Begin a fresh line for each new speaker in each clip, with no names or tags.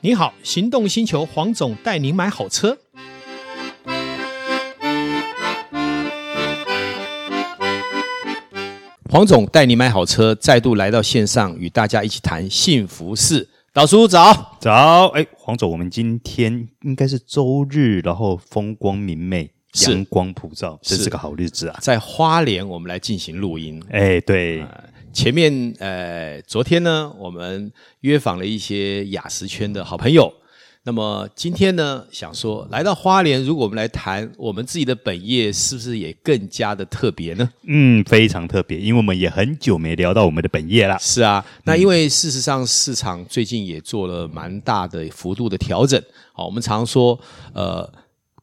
你好，行动星球黄总带您买好车。黄总带你买好车，再度来到线上与大家一起谈幸福事。老叔早，
早，哎，黄总，我们今天应该是周日，然后风光明媚，
是
阳光普照，真
是
是个好日子啊！
在花莲我们来进行录音。
哎，对，
啊前面呃，昨天呢，我们约访了一些雅石圈的好朋友。那么今天呢，想说来到花莲，如果我们来谈我们自己的本业，是不是也更加的特别呢？
嗯，非常特别，因为我们也很久没聊到我们的本业啦。
是啊，那因为事实上市场最近也做了蛮大的幅度的调整。好，我们常说，呃，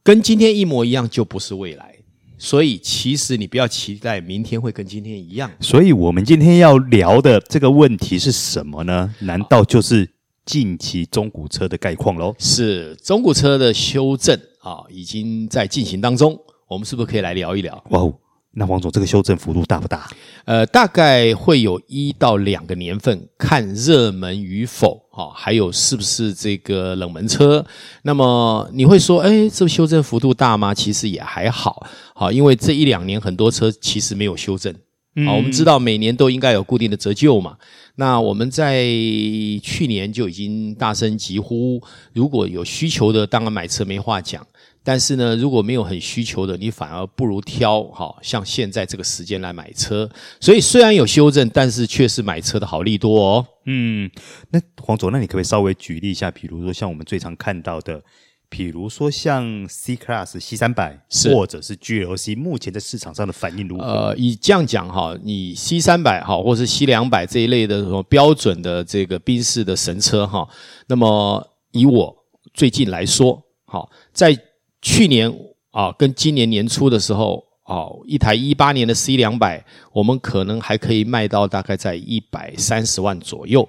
跟今天一模一样就不是未来，所以其实你不要期待明天会跟今天一样。
所以，我们今天要聊的这个问题是什么呢？难道就是近期中古车的概况喽？
是中古车的修正啊，已经在进行当中。我们是不是可以来聊一聊？
哇哦，那黄总，这个修正幅度大不大？
呃，大概会有一到两个年份，看热门与否，哦，还有是不是这个冷门车。那么你会说，哎，这修正幅度大吗？其实也还好，好、因为这一两年很多车其实没有修正。好、我们知道每年都应该有固定的折旧嘛。那我们在去年就已经大声疾呼，如果有需求的，当然买车没话讲。但是呢，如果没有很需求的，你反而不如挑哈、像现在这个时间来买车。所以虽然有修正，但是却是买车的好利多哦。
嗯，那黄总，那你可不可以稍微举例一下？比如说像我们最常看到的，比如说像 C Class、C 三百，
是
或者是 GLC，目前在市场上的反应如何？
呃，以这样讲哈，你 C 三百哈，或是 C 两百这一类的什么标准的这个宾士的神车哈，那么以我最近来说，好，在去年啊跟今年年初的时候，哦，一台一八年的 C 两百，我们可能还可以卖到大概在一百三十万左右。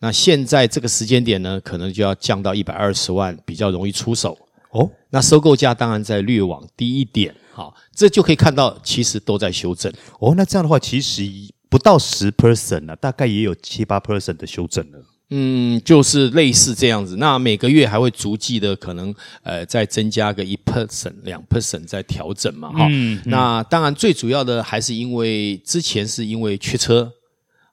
那现在这个时间点呢，可能就要降到一百二十万，比较容易出手。
哦，
那收购价当然在略往低一点，好，这就可以看到其实都在修正。
哦，那这样的话，其实不到十 percent 啊，大概也有七八 percent 的修正了。
嗯，就是类似这样子。那每个月还会逐季的可能呃再增加个一 percent、两 percent 在调整嘛，哈、那当然最主要的还是因为之前是因为缺车，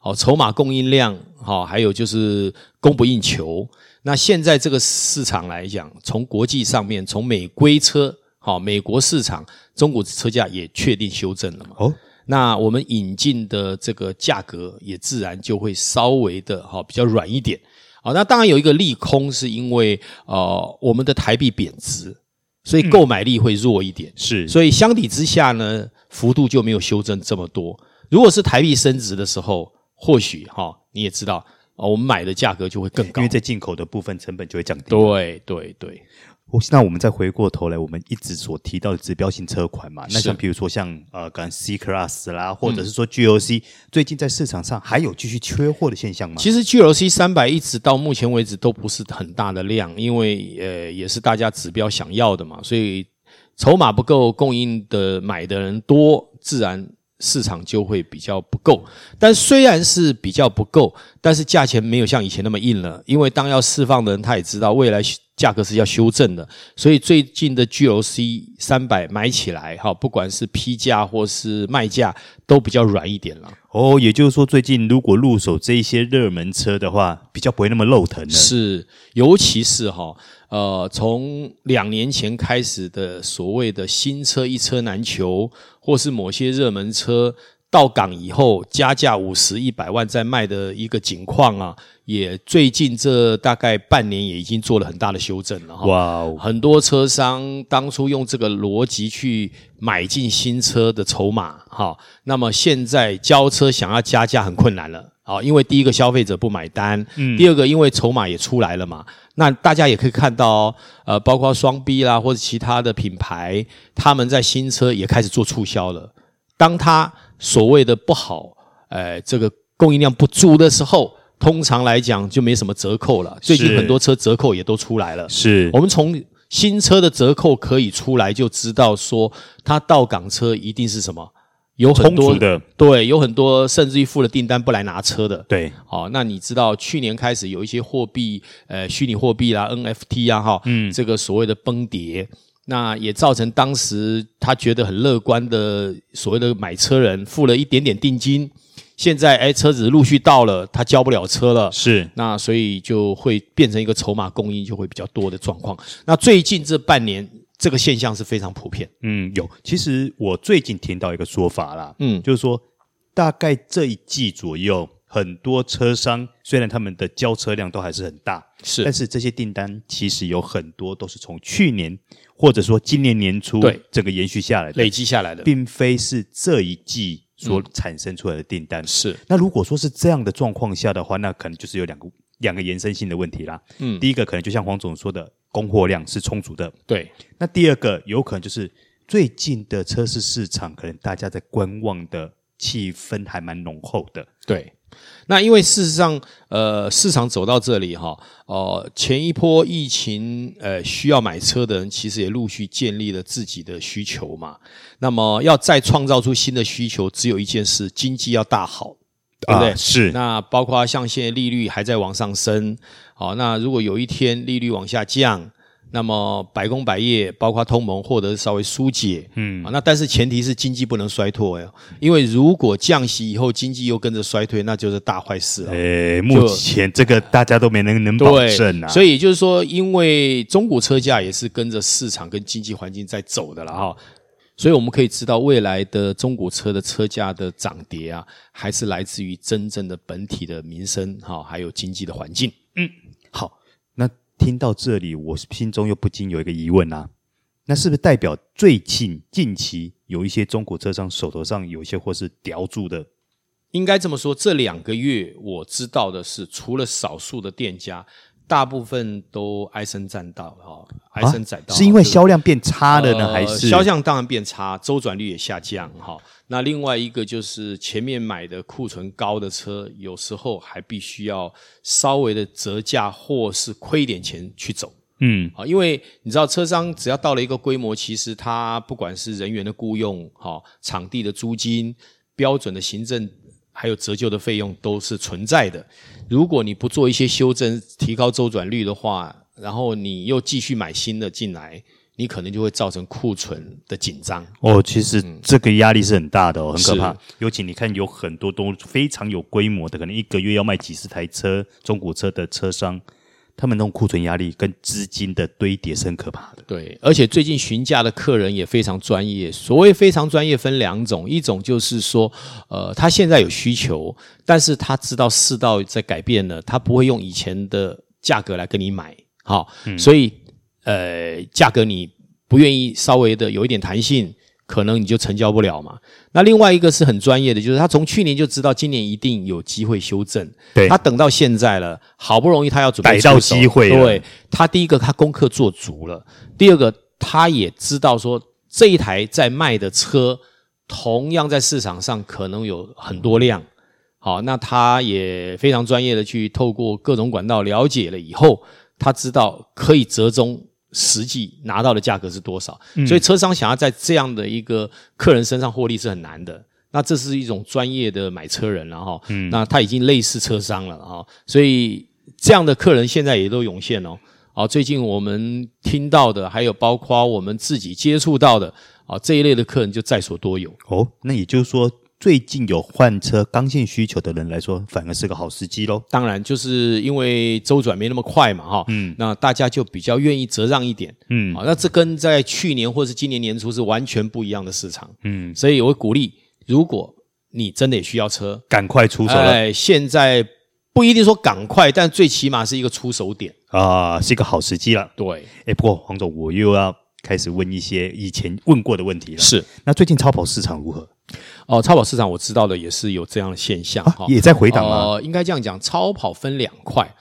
哦，筹码供应量，好、还有就是供不应求。那现在这个市场来讲，从国际上面，从美规车，好、美国市场中古车价也确定修正了嘛。
哦，
那我们引进的这个价格也自然就会稍微的哈、比较软一点。好、那当然有一个利空，是因为呃我们的台币贬值，所以购买力会弱一点。
是，
所以相比之下呢，幅度就没有修正这么多。如果是台币升值的时候，或许哈、你也知道哦，我们买的价格就会更高
因为。在进口的部分成本就会降低。
对对对，
哦那我们再回过头来，我们一直所提到的指标性车款嘛，那
是嗯
像比如说像呃，刚 C Class 啦，或者是说 GOC，、最近在市场上还有继续缺货的现象吗？
其实 GLC 三百一直到目前为止都不是很大的量，因为呃也是大家指标想要的嘛，所以筹码不够，供应的买的人多，自然市场就会比较不够。但虽然是比较不够，但是价钱没有像以前那么硬了，因为当要释放的人他也知道未来价格是要修正的，所以最近的 GLC 三百买起来哈，不管是批价或是卖价都比较软一点了。
哦，也就是说，最近如果入手这一些热门车的话，比较不会那么肉疼了。
是，尤其是哈、呃，从两年前开始的所谓的新车一车难求，或是某些热门车到港以后加价五十一百万再卖的一个景况啊，也最近这大概半年也已经做了很大的修正了哈、
哇哦，
很多车商当初用这个逻辑去买进新车的筹码，哈、那么现在交车想要加价很困难了。啊，因为第一个消费者不买单，第二个因为筹码也出来了嘛，那大家也可以看到、哦，呃，包括双 B 啦或者其他的品牌，他们在新车也开始做促销了。当它所谓的不好，呃，这个供应量不足的时候，通常来讲就没什么折扣了。最近
是
很多车折扣也都出来了，
是
我们从新车的折扣可以出来就知道说，它到港车一定是什么有很
充
多
足的，
对，有很多甚至于付了订单不来拿车的。
对，
好、那你知道去年开始有一些货币，呃，虚拟货币啦、NFT 啊，哈，嗯，这个所谓的崩跌，那也造成当时他觉得很乐观的所谓的买车人付了一点点定金，现在哎车子陆续到了，他交不了车了，
是
那所以就会变成一个筹码供应就会比较多的状况。那最近这半年这个现象是非常普遍，
嗯，有。其实我最近听到一个说法啦，
嗯
就是说大概这一季左右，很多车商虽然他们的交车量都还是很大，但
是
是这些订单其实有很多都是从去年或者说今年年初
对
整个延续下来的，
累积下来的，嗯
并非是这一季所产生出来的订单。
是
那如果说是这样的状况下的话，那可能就是有两个两个延伸性的问题啦。
嗯
第一个可能就像黄总说的，供货量是充足的，
对，
那第二个有可能就是最近的车市市场，可能大家在观望的气氛还蛮浓厚的。
对，那因为事实上，呃，市场走到这里哈，哦，前一波疫情，呃，需要买车的人其实也陆续建立了自己的需求嘛。那么要再创造出新的需求，只有一件事，经济要大好，对不对？
啊是
那包括像现在利率还在往上升，好，那如果有一天利率往下降。那么百工百业，包括通盟获得稍微疏解，嗯，啊，那但是前提是经济不能衰退哦，因为如果降息以后经济又跟着衰退，那就是大坏事了。
呃，目前这个大家都没能能保证啊，
所
以
以也就是说，因为中古车价也是跟着市场跟经济环境在走的了哈，所以我们可以知道未来的中古车的车价的涨跌啊，还是来自于真正的本体的民生哈，还有经济的环境。
好。那听到这里，我心中又不禁有一个疑问啊，那是不是代表最近近期有一些中国车商手头上有一些货是叼住的？
应该这么说，这两个月我知道的是，除了少数的店家，大部分都唉声占道哈，唉声载道，
啊是因为
哦就是
销量变差了呢，还是
销量呃当然变差，周转率也下降哈。那另外一个就是前面买的库存高的车，有时候还必须要稍微的折价或是亏一点钱去走。
嗯
啊，因为你知道，车商只要到了一个规模，其实它不管是人员的雇用、哈、场地的租金、标准的行政，还有折旧的费用都是存在的。如果你不做一些修正，提高周转率的话，然后你又继续买新的进来，你可能就会造成库存的紧张。
哦，其实这个压力是很大的哦，很可
是
怕。尤其你看，有很多都非常有规模的，可能一个月要卖几十台车，中古车的车商，他们那种库存压力跟资金的堆叠是很可怕的。
对，而且最近询价的客人也非常专业。所谓非常专业分两种，一种就是说，呃，他现在有需求，但是他知道世道在改变了，他不会用以前的价格来跟你买，好、
嗯
所以呃，价格你不愿意稍微的有一点弹性，可能你就成交不了嘛。那另外一个是很专业的，就是他从去年就知道今年一定有机会修正，
对
他等到现在了，好不容易他要准备
逮到
出手
机会了
对他第一个他功课做足了，第二个他也知道说这一台在卖的车，同样在市场上可能有很多辆。好，那他也非常专业的去透过各种管道了解了以后，他知道可以折中实际拿到的价格是多少，所以车商想要在这样的一个客人身上获利是很难的。那这是一种专业的买车人了哈，那他已经类似车商了哈，所以这样的客人现在也都涌现哦。啊，最近我们听到的，还有包括我们自己接触到的啊这一类的客人就在所多有。
哦，那也就是说，最近有换车刚性需求的人来说，反而是个好时机喽。
当然，就是因为周转没那么快嘛，哈，嗯，那大家就比较愿意折让一点，
嗯
好，那这跟在去年或是今年年初是完全不一样的市场，
嗯，
所以我鼓励，如果你真的也需要车，
赶快出手了
哎，现在不一定说赶快，但最起码是一个出手点，
啊、是一个好时机了。
对，
哎，不过黄总，我又要开始问一些以前问过的问题了。
是
那最近超跑市场如何？
哦，超跑市场我知道的也是有这样的现象，哈、
啊也在回档吗？
呃，应该这样讲，超跑分两块，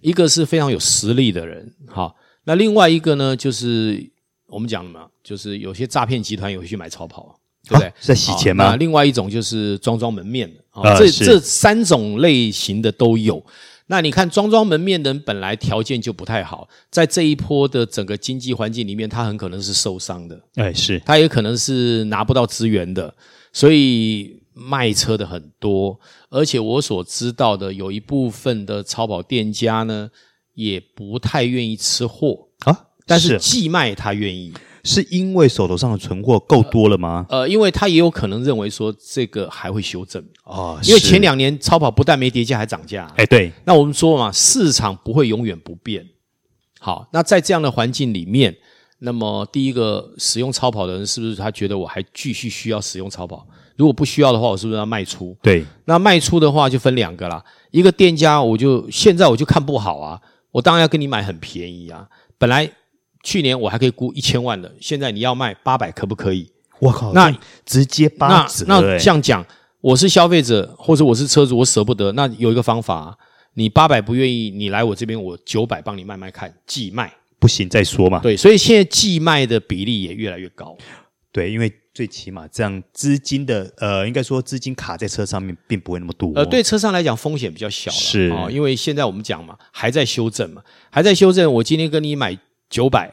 一个是非常有实力的人，哈，那另外一个呢，就是我们讲的嘛，就是有些诈骗集团也会去买超跑，对不对？
啊是在洗钱
啊
吗
那？另外一种就是装装门面的，啊、
呃
这
是
这三种类型的都有。那你看装装门面的人本来条件就不太好，在这一波的整个经济环境里面，他很可能是受伤的。
哎、是
他也可能是拿不到资源的。所以卖车的很多，而且我所知道的有一部分的超跑店家呢，也不太愿意吃货，
啊，
但是
是
寄卖他愿意，
是因为手头上的存货够多了吗？
呃，因为他也有可能认为说这个还会修正，
啊，
因为
是
前两年超跑不但没跌价，还涨价。
哎对，
那我们说嘛，市场不会永远不变。好，那在这样的环境里面，那么第一个使用超跑的人，是不是他觉得我还继续需要使用超跑？如果不需要的话，我是不是要卖出？
对，
那卖出的话就分两个啦，一个店家我就现在我就看不好啊，我当然要跟你买很便宜啊。本来去年我还可以估一千万的，现在你要卖八百可不可以？
我靠，
那
这样直接八
那
折、
那
哎
这样讲，我是消费者或者我是车主，我舍不得。那有一个方法啊、你八百不愿意，你来我这边，我九百帮你卖卖看，寄卖。
不行再说嘛。
对，所以现在寄卖的比例也越来越高。
对，因为最起码这样资金的呃，应该说资金卡在车上面并不会那么多。
呃，对车商来讲风险比较小了，
是
啊、因为现在我们讲嘛，还在修正嘛，还在修正。我今天跟你买九百，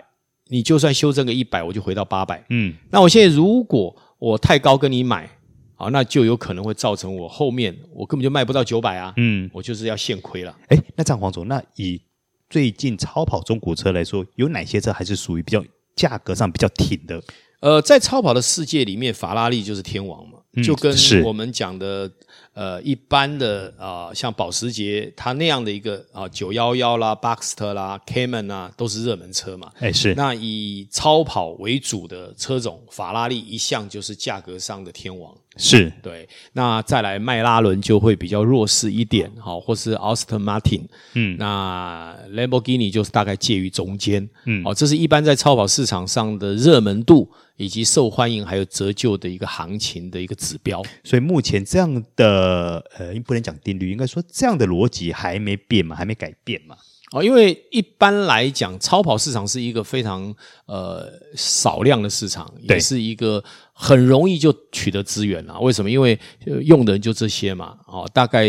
你就算修正个一百，我就回到八百。
嗯，
那我现在如果我太高跟你买，啊，那就有可能会造成我后面我根本就卖不到九百啊，
嗯，
我就是要现亏了。
哎，那这样黄总，那以最近超跑中古车来说，有哪些车还是属于比较价格上比较挺的？
呃，在超跑的世界里面，法拉利就是天王嘛，
嗯
就跟
是
我们讲的呃一般的啊、像保时捷它那样的一个啊九幺幺啦、Boxster 啦、Cayman 啊，都是热门车嘛。
哎，是
那以超跑为主的车种，法拉利一向就是价格上的天王。
是，
对，那再来迈拉伦就会比较弱势一点，好、或是 Austin Martin，
嗯，
那 Lamborghini 就是大概介于中间，嗯，哦，这是一般在超跑市场上的热门度以及受欢迎还有折旧的一个行情的一个指标。
所以目前这样的呃，不能讲定律，应该说这样的逻辑还没变嘛，还没改变嘛。
哦，因为一般来讲，超跑市场是一个非常呃少量的市场，也
对
是一个很容易就取得资源啦。为什么？因为、呃用的人就这些嘛，哦，大概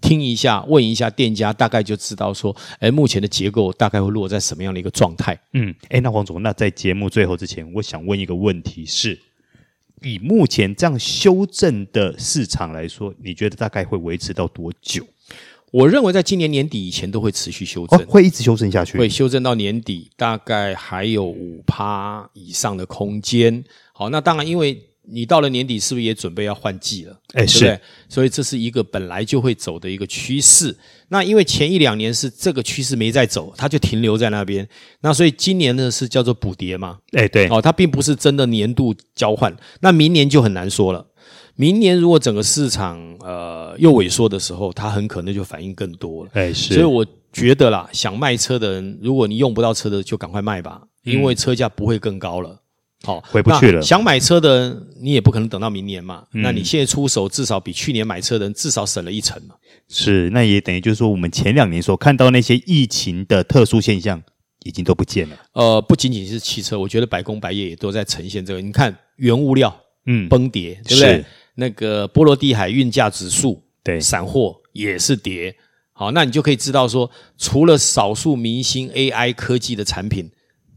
听一下、问一下店家，大概就知道说，哎，目前的结构大概会落在什么样的一个状态。
嗯，哎，那黄总，那在节目最后之前，我想问一个问题是：以目前这样修正的市场来说，你觉得大概会维持到多久？
我认为在今年年底以前都会持续修
哦
正，，
会一直修正下去？
会修正到年底，大概还有五趴以上的空间。好，那当然，因为你到了年底，是不是也准备要换季了？
哎
对
是
不对？所以这是一个本来就会走的一个趋势。那因为前一两年是这个趋势没在走，它就停留在那边。那所以今年呢是叫做补跌嘛，
哎，对，
哦，它并不是真的年度交换，那明年就很难说了。明年如果整个市场呃又萎缩的时候，它很可能就反应更多了。
哎
所以
是，
我觉得啦，想卖车的人，如果你用不到车的，就赶快卖吧，因为车价不会更高了。好、
嗯回不去了嗯
那想买车的人，你也不可能等到明年嘛。那你现在出手，至少比去年买车的人至少省了一成嘛。
是，那也等于就是说，我们前两年所看到那些疫情的特殊现象，已经都不见了。
呃，不仅仅是汽车，我觉得百工百业也都在呈现这个。你看原物料
嗯，
崩跌，对不对
是？
那个波罗的海运价指数
对，
散货也是跌。好，那你就可以知道说，除了少数明星 AI 科技的产品，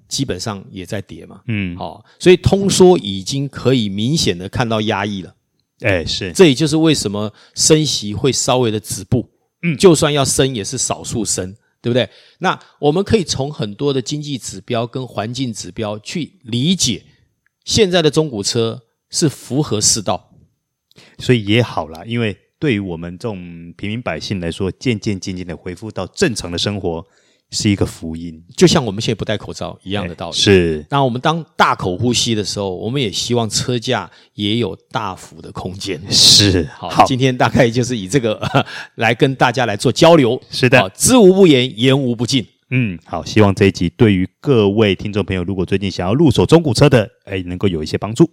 基本上也在跌嘛。
嗯，
好、所以通缩已经可以明显的看到压抑了。
哎是，
这也就是为什么升息会稍微的止步，
嗯
就算要升也是少数升，对不对？那我们可以从很多的经济指标跟环境指标去理解，现在的中古车是符合世道。
所以也好啦，因为对于我们这种平民百姓来说，渐渐渐渐的恢复到正常的生活，是一个福音。
就像我们现在不戴口罩一样的道理。
是，
那我们当大口呼吸的时候，我们也希望车价也有大幅的空间。
是，
好，今天大概就是以这个、 呃来跟大家来做交流。
是的
好知无不言，言无不尽。
嗯，好，希望这一集对于各位听众朋友，如果最近想要入手中古车的，哎，能够有一些帮助。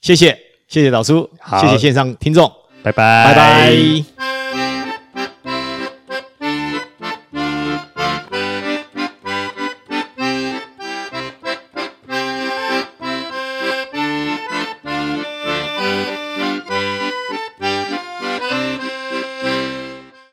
谢谢，谢谢导叔
好，
谢谢线上听众，
拜拜，
拜拜